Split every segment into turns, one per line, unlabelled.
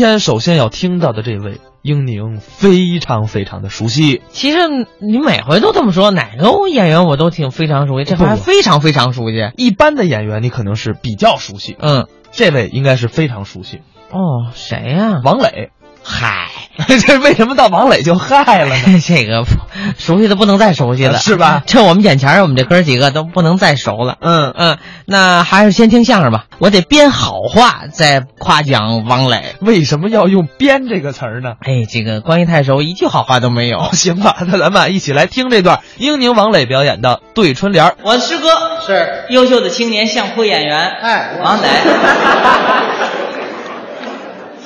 今天首先要听到的这位英宁非常非常的熟悉，
其实你每回都这么说，哪个演员我都挺非常熟悉，这
不
还
不
非常非常熟悉。
一般的演员你可能是比较熟悉，
嗯，
这位应该是非常熟悉，
哦，谁呀、
王磊。
嗨，
这为什么到王磊就嗨了呢？
这个 熟悉的不能再熟悉了，
呃是吧？
这我们眼前儿我们这哥儿几个都不能再熟了。
嗯，
嗯，那还是先听相声吧。我得编好话再夸奖王磊。
为什么要用“编”这个词儿呢？
哎，这个关系太熟，一句好话都 没有。
哦，行吧，那咱们一起来听这段英宁王磊表演的《对春联儿》。
我师哥
是，
优秀的青年相扑演员，
哎我
王磊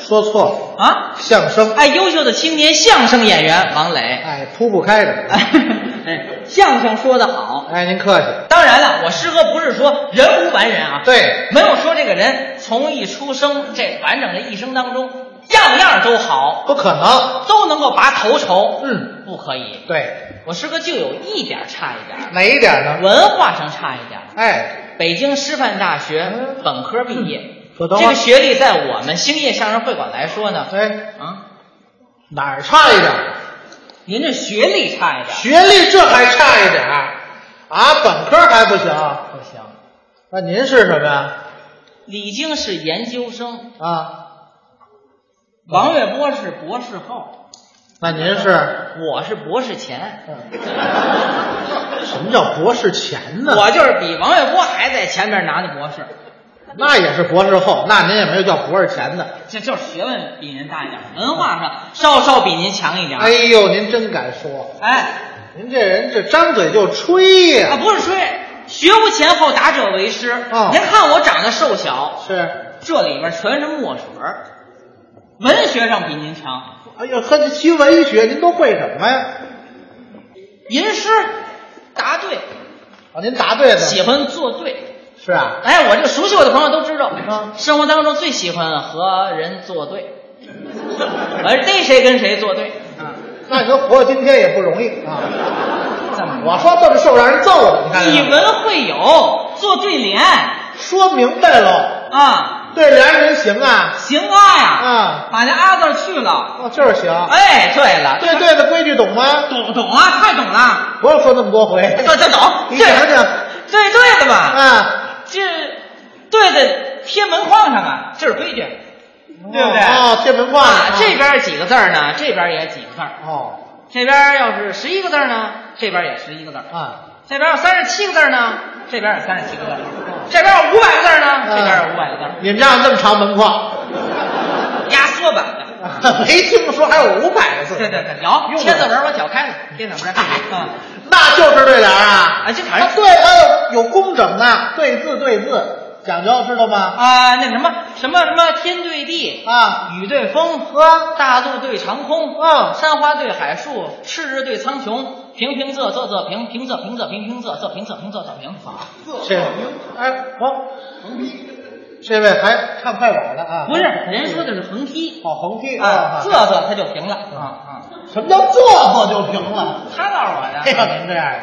说错，
啊，
相声，
哎，优秀的青年相声演员王磊，
哎，铺不开的，
哎， 哎相声说得好。
哎，您客气，
当然了，我师哥不是说人无完人啊，，
对，
没有说这个人从一出生这完整的一生当中，样样都好，
不可能，
都能够拔头筹，
嗯，
不可以。
对，
我师哥就有一点儿差一点儿，
哪一点呢？
文化上差一点儿。
哎，
北京师范大
嗯
学本科毕业，
说等
这
会
个
儿，
学历在我们兴业相声会馆来说呢，
哎，
啊，
哪儿差一点？
您这学历差一点，
学历这还差一点儿啊？本科还不行？
不行。
那您是什么呀？
李菁是研究生，
啊，
王月波是博士后，
那您是
我是博士前，
什么叫博士前呢？
我就是比王月波还在前面拿的博士，
那也是博士后，那您也没有叫博士前的。
这就是学问比您大一点，嗯文化上稍稍比您强一点。
哎呦，您真敢说，
哎，
您这人这张嘴就吹
啊
呀、
不是吹，学无前后，达者为师。
哦
您看我长得瘦小，
是。
这里边全是墨水儿，文学上比您强，
哎呦，和其文学您都会什么呀？
吟诗答对，
啊，您答对了，
喜欢作对。
是啊，
哎，我这个熟悉我的朋友都知道
啊，
生活当中最喜欢和人作对，而逮谁跟谁作对。
啊，
嗯
那你说活到今天也不容易啊！
怎么
我说这么瘦让人揍了，你看啊
以
见吗
文会友，做对联
说明白了，
啊，
对联人行啊，
行啊呀，
啊
把那啊字儿去了。
哦，就是行，
哎，对了，
对对的规矩懂吗？
懂懂啊，太懂了，
不用说那么多回，
这这懂，
哎你
这
想想
对对的嘛。
啊，
这对的贴门框上啊，这是规矩，对不对？
哦，贴门框
啊，这边几个字儿呢，这边也几个字儿。
哦
这边要是十一个字儿呢，这边也十一个字儿。
啊，
这边有三十七个字儿呢，这边有三十七个字儿。这边有五百个字儿呢，这边有五百个字儿。
啊你们家有这么长门框，
压缩版的。
没听说还有五百个字，
嗯对对对，有
用
签
的
字文我脚开了，贴什么呀？啊
那就是对联
啊，
啊
这反
啊，
正
对，哎呦，有工整啊，对字对字，讲究知道吗？
啊，那什么什么什么天对地，
啊，
雨对风，
呵，
大陆对长空，
嗯
山花对海树，赤日对苍穹，平平仄仄仄平，平仄平仄平平仄仄平仄平仄仄平。好，
这哎，我这位还看快板了啊？
不是，人说的是横批
跑横批
啊，仄
这
仄它就平了啊啊。
什么叫做做就平了？
他告诉我
哎呀，
的，
您这样的，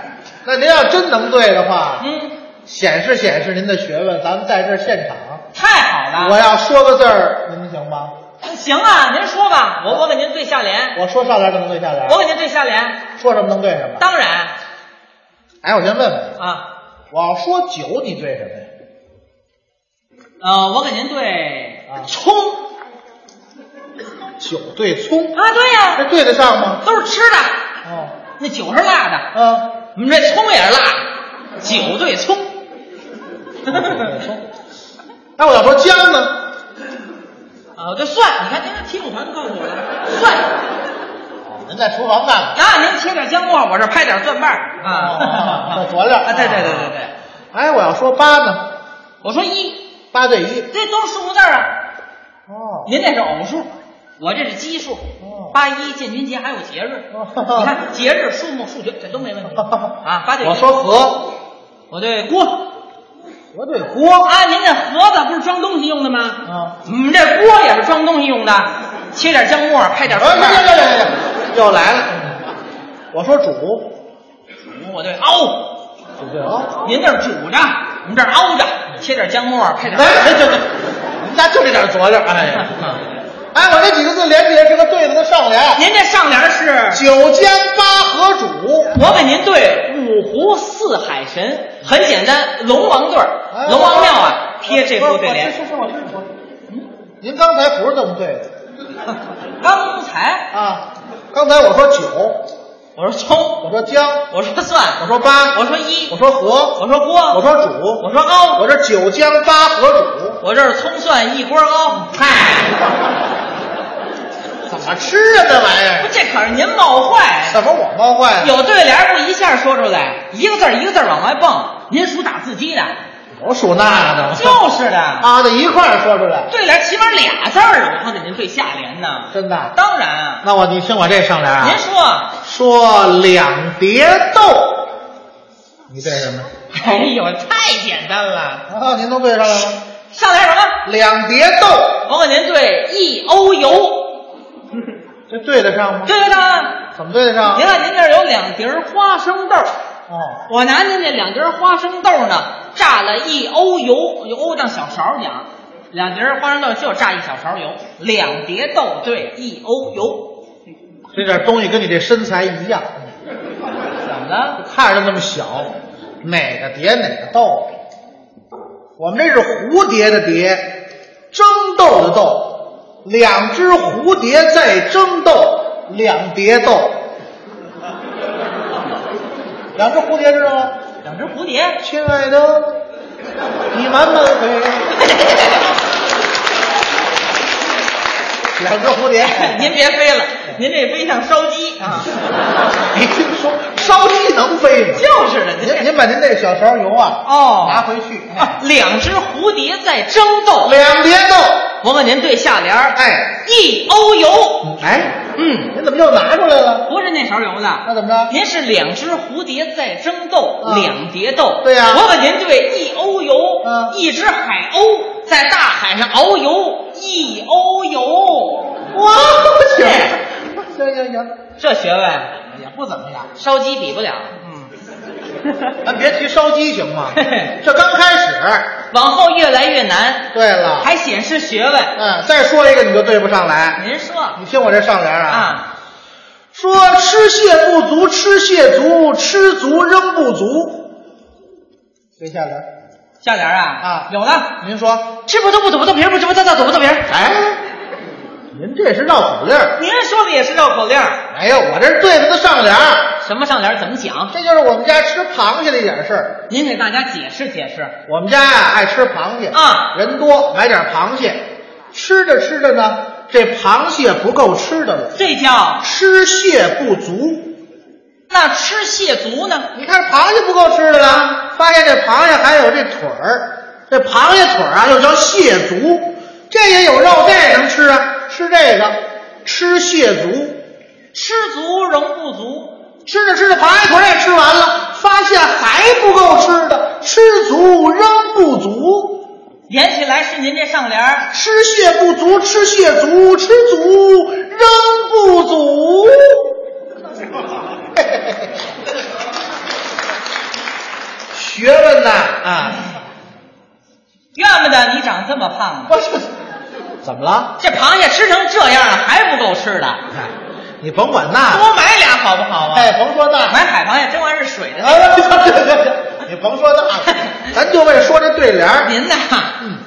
那您要真能对的话，
嗯，
显示显示您的学问，咱们在这儿现场，
太好了，
我要说个字儿，您行吗？
行啊，您说吧，我我给您对下联，
我说上联儿能对下联儿，
我给您对下联，
说什么能对什么。
当然
哎，我先问问你，
啊，
我要说酒，你对什么呀？
呃，我给您对
啊
葱
酒对葱，
啊，对呀，
这对得上吗？
都是吃的，
哦，
那酒是辣的，
嗯，
我们这葱也是辣的，酒对葱，
那我要说姜呢？
啊，这蒜，你看您这题目全告诉我了，蒜
您在厨房干的。
啊，您切点姜末，我这拍点蒜瓣儿啊
哦，佐料
啊，对对对对对，
哎，我要说八呢？
我说一，
八对一。
这都是数目字儿啊。
哦，
您那是偶数，我这是奇数
哦。
八一建军节还有节日，
哦
你看节日、数目、数学这都没问题啊。八对一，
我说和，
我对锅
和对锅。
啊，您这盒子不是装东西用的吗？
啊，
我们这锅也是装东西用的，切点姜末，拍点蒜
哎，
瓣。
呀呀呀呀，又来了。我说煮，
嗯我对熬，
煮对哦。
您这儿煮着，我们这儿熬着，切点姜末，配点
哎，这这，您家就这点佐料，哎呀。哎，我这几个字连起来是个对子的上联。
啊
啊
您这上联是，
九江八河主，
我给您对五湖四海神，很简单，龙王对儿，
哎
龙王庙啊，贴这副对
是
联。
是是，我是我。嗯，您刚才不是这么对的
刚才
啊？刚才我说九，
我说葱，
我说江，
我说蒜，
我说八，
我说一，
我说河，
我说锅，
我说主，
我说凹，
我这九江八河主，
我这是葱蒜一锅熬，嗨，
怎么吃啊这玩意
不
儿？
这可是您冒坏。
怎么我猫坏了？
有对联儿不一下说出来，一个字儿一个字儿往外蹦。您属打字机的，
我属那的，
就是的，
啊的一块儿说出来，
对联儿起码俩字儿啊，我可给您对下联呢。
真的。
当然啊，
那我你听我这上联啊，
您说，
说两碟豆，你对什么？
哎呦，太简单了。
啊，您都对上了吗？
上联什么？
两碟豆，
我给您对一欧油，
这对得上吗？
对不对？
怎么对得上
您？看您这儿有两碟儿花生豆儿，
哦，
我拿您这两碟儿花生豆呢，榨了一欧油，就欧当小勺儿讲，两碟儿花生豆就榨一小勺油，两碟豆对一欧油，
这点东西跟你这身材一样，
怎么了？
看着那么小，哪个碟哪个豆？我们这是蝴蝶的蝶，争斗的斗，两只蝴蝶在争斗，两蝶 斗。两只蝴蝶知道吗？
两只蝴蝶，
亲爱的，你慢慢飞。 两只蝴蝶，
您别飞了，您这飞像烧鸡啊！
没听说烧鸡能飞吗？
就是的，您
您
这
您把您那小勺油啊，
哦
拿回去。
啊两只蝴蝶在争斗，
两碟豆，
我给您对下联儿，
哎
一欧油，
哎，
嗯，
您怎么又拿出来了？
不是那勺油的
那。怎么着？
您是两只蝴蝶在争斗，
啊
两蝶斗。
对呀
我给您对一欧油，
嗯
一只海鸥在大海上遨游，一欧油。
哇，行
哎
行行行，
这学问
也不怎么样。
烧鸡比不了。嗯，
咱别提烧鸡行吗
嘿嘿？
这刚开始。
往后越来越难，
对了，
还显示学问。
嗯，再说一个你就对不上来。
您说
你听我这上联
啊，
说吃蟹不足，吃蟹足，吃足仍不足。谁下联？
下联啊
啊
有了，
您说？
吃不吐不吐不吐皮儿，不吃不吐吐不吐皮儿。
哎，您这是绕口令儿。
您说的也是绕口令儿，
哎呀，我这是对着的上联儿，
什么上联儿怎么讲？
这就是我们家吃螃蟹的一点事儿。
您给大家解释解释。
我们家呀、爱吃螃蟹
啊
人多买点螃蟹，吃着吃着呢，这螃蟹不够吃的了，
这叫
吃蟹不足。
那吃蟹足呢？
你看螃蟹不够吃的了，发现这螃蟹还有这腿儿，这螃蟹腿儿啊又叫蟹足，这也有肉，这也能吃啊，吃这个吃蟹足。
吃足容不足，
吃着吃着，螃蟹腿儿也吃完了，发现还不够吃的，吃足仍不足，
连起来是您这上联儿
吃蟹不足，吃蟹足，吃足仍不足。 学问呐啊！
怨不得你长这么胖呢。
我这 怎么了？
这螃蟹吃成这样了还不够吃的，
哎你甭管那，
多买俩好不好啊？
哎，甭说那，
买海螃蟹真玩意儿是水的。
哎，对对对，你甭说那， 咱就为说这对联儿
您呐，
嗯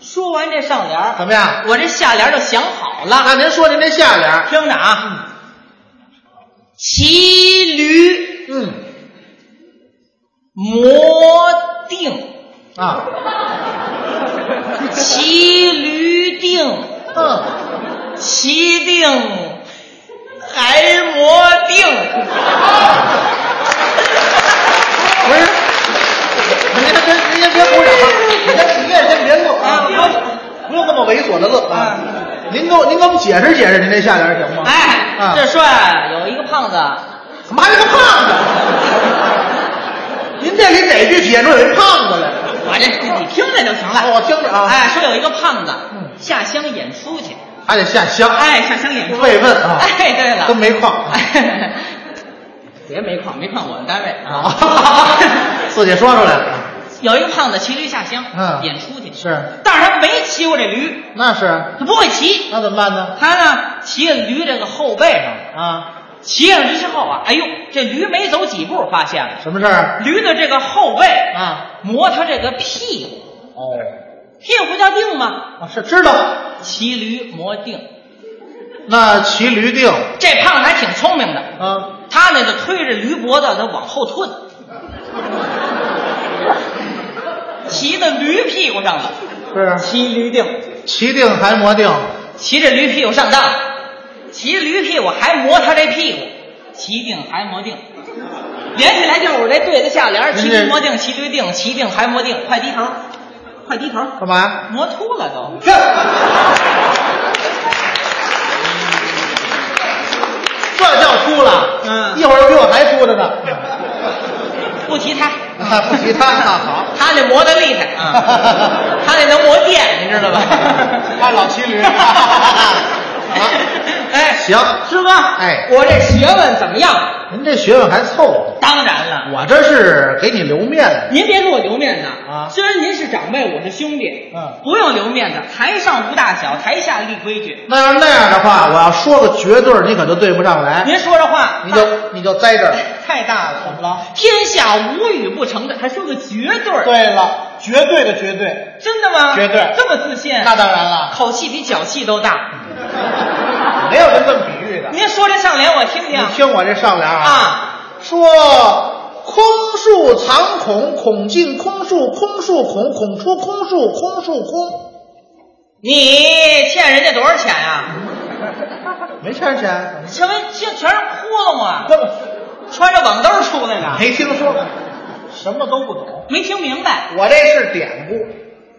说完这上联儿，
怎么样？
我这下联儿就想好了。
那您说您这下联儿，
听着啊，骑驴
嗯。
磨腚，
啊，
骑驴腚，
嗯，
骑腚还磨腚。
不是，您先别您先别鼓掌，您先您先别乐啊，不用不用那么猥琐的乐啊。您给我您给我们解释解释您这下联行吗？
哎
啊，
这说啊，有一个胖子，
怎么还有个胖子？您这里哪句解出有一胖子来？
我这你听着就行
哦
了。
我听着啊，嗯
哎，说有一个胖子下乡演出去，
还得下乡，
哎，下乡演出。
慰问啊，
哎，对了，
都没空
哎。别没空，没空我们单位
啊 啊，自己说出来了。
有一个胖子骑驴下乡，
嗯
演出去，
是，
但是他没骑过这驴，
那是，
他不会骑，
那怎么办呢？
他呢骑在驴这个后背上，
啊，
骑上驴之后啊，哎呦，这驴没走几步，发现了
什么事儿？
驴的这个后背
啊，
磨他这个屁股，
哦，
屁股叫腚吗？
我是知道。
骑驴磨腚，
那骑驴腚
这胖子还挺聪明的，
啊，
他呢就推着驴脖子，他往后退， 骑到驴屁股上了，
是
骑驴腚，
骑腚还磨腚。
骑着驴屁股上当，骑驴屁股还磨他这屁股，骑腚还磨腚，连起来就是我这对子下联儿：骑驴磨腚，骑驴腚，骑腚还磨腚，快低头，快低头，
干嘛？
磨秃了都。
这这叫输了。
嗯
一会儿比我还输着呢。
不提他，
啊，不提他嗯啊，
他这磨的厉害
好。
啊， 他那能磨电，你知道吧？
他老骑驴。啊，
哎，
行
师傅，
哎
我这学问怎么样？
您这学问还凑合。
当然了，
我这是给你留面子。
您别给我留面子
啊
虽然您是长辈，我是兄弟，
嗯
不用留面子。台上无大小，台下立规矩。
那要是那样的话，我要说个绝对儿，你可就对不上来，
您说这话，啊
你就你就栽这儿。
太大了，怎么了？天下无语不成的，还说个绝对儿，
对了，绝对的绝对。
真的吗？
绝对
这么自信？
那当然了，
口气比脚气都大。
嗯没有人这么比喻的。
您说这上联我听听
你听我这上联
啊，
说空树藏孔，孔进空树，空树孔，孔出空树，空树空。
你欠人家多少钱啊？
没欠钱，
全全全是窟窿啊！
根本
穿着网兜出来的，
没听说过，哎什么都不懂。
没听明白，
我这是典故，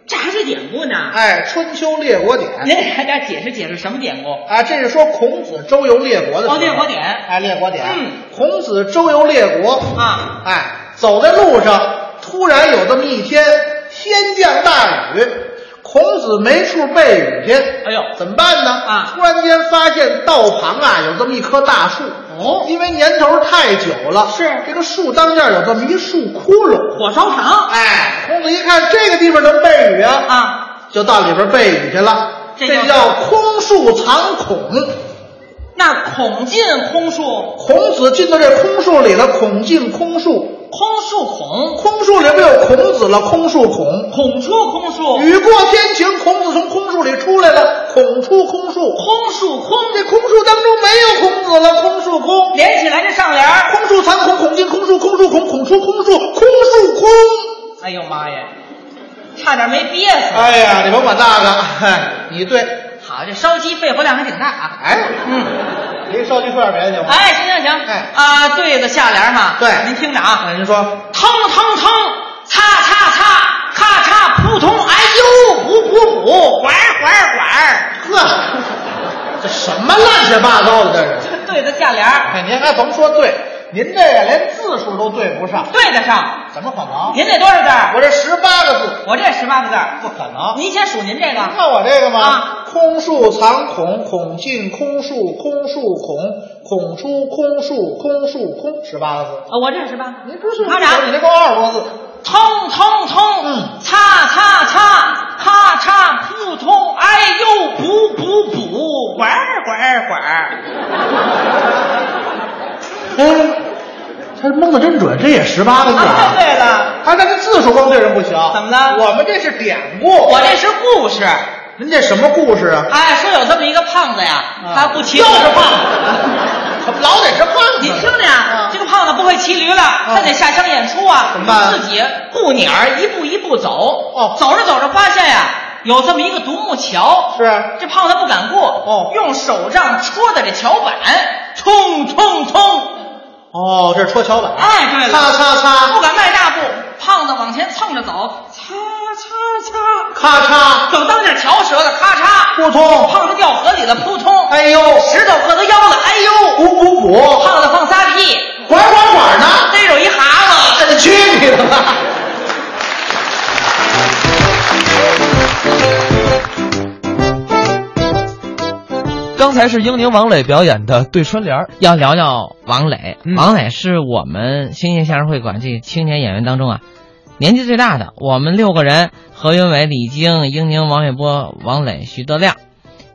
这还是典故呢。
哎，春秋列国典
您给大家解释解释什么典故？
啊，这是说孔子周游列国的时候
哦列国典
哎，列国典，
嗯，
孔子周游列国
啊，
哎，走在路上，突然有这么一天，天降大雨，孔子没处避雨去。
哎呦
怎么办呢？
啊
突然间发现道旁啊有这么一棵大树。哦，因为年头太久了，
是
这个树当间有这么一树窟窿。
火烧肠
哎，孔子一看这个地方能避雨啊，
啊，
就到里边避雨去了。
这
这
叫
叫空树藏孔。
那孔进空树，
孔子进到这空树里了，孔进空树，
空树孔，
空树里边有孔子了，空树孔。
孔出空树，
雨过天晴，孔子从空树里出来了，孔出空树。
空树空，
这空树当中没有孔子了，空树空。
连起来这上联儿。
空树藏孔，孔进空树，空树孔，孔出空树，空树空。
哎呦妈呀，差点没憋死。
哎呀，你甭管那个，哎，你对，
好，这烧鸡肺活量还挺大啊。
哎，
嗯，
您烧鸡块儿别去吧。
哎，行行行，
哎
啊，对子下联儿哈，
对
您听着啊，
哎，您说，
腾腾腾，擦擦擦，咔嚓扑通，哎呦，补补补，管儿管儿管儿。
呵，这什么乱七八糟的这是？
对的下联儿
哎，您还甭说对，您这个连字数都对不上，
对得上。
怎么可能？
您这多少字儿？
我这十八个字，
我这十八个字儿。
不可能。
您先数您这
你
个。
看我这个吗？
啊
空树藏孔，孔进空树，空树孔，孔出空树，空树空，十八个字。
啊，我这十八。
您不是
看啥
你这光二十多字。
通通通，
嗯
擦擦擦，咔嚓扑通，哎呦，补补补，管儿管儿管儿。
哎， 他蒙的真准，这也十八个字
啊，
啊。
对了，
他这个字数光对人不行。
怎么了
我们这是典故。
我这是故事。
您这什么故事啊？
哎，说有这么一个胖子呀，
啊
他不骑
又是胖
子。
怎么老得是胖子？
你听着呀
啊，
这个胖子不会骑驴了，他得下乡演出啊，
嗯怎么办
自己步辇儿一步一步走，
哦
走着走着发现呀，有这么一个独木桥，
是啊
这胖子不敢过，
哦
用手杖戳的这桥板，冲冲冲，
哦，这是戳桥板。
哎对了
擦擦
不
擦，
敢迈大步，胖子往前蹭着走，擦擦
咔
擦，
嚓，
等当这桥折了，咔嚓，
扑通，
胖子掉河里了，扑通，
哎呦，
石头硌他腰了，哎呦，
补补补，
胖子放仨屁，
管管管呢？
逮着一蛤蟆。
这就去你的吧！
刚才是英宁王磊表演的对春联儿啊
要聊聊王磊。
嗯
王磊是我们新兴相声会馆这青年演员当中啊，年纪最大的，我们六个人：何云伟、李菁、英宁、王月波、王磊、徐德亮。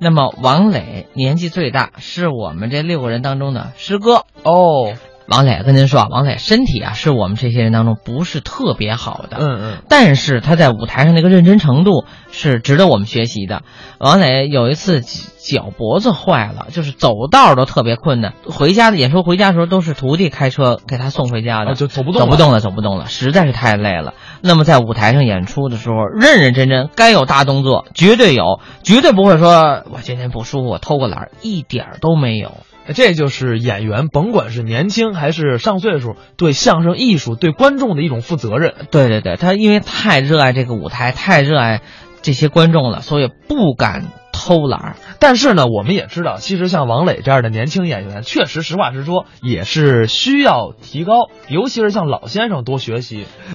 那么王磊年纪最大，是我们这六个人当中的师哥哦。王磊跟您说啊，王磊身体啊是我们这些人当中不是特别好的，
嗯嗯，
但是他在舞台上那个认真程度是值得我们学习的。王磊有一次脚脖子坏了，就是走道都特别困难，回家的演出回家的时候都是徒弟开车给他送回家的，
啊就走不动
走不
了
动了，走不动了，实在是太累了。那么在舞台上演出的时候，认认真真，该有大动作绝对有，绝对不会说我今天不舒服，我偷个懒儿，一点儿都没有。
这就是演员，甭管是年轻还是上岁数，对相声艺术、对观众的一种负责任。
对对对，他因为太热爱这个舞台，太热爱这些观众了，所以不敢偷懒儿。
但是呢，我们也知道，其实像王磊这样的年轻演员，确实实话实说，也是需要提高，尤其是向老先生多学习。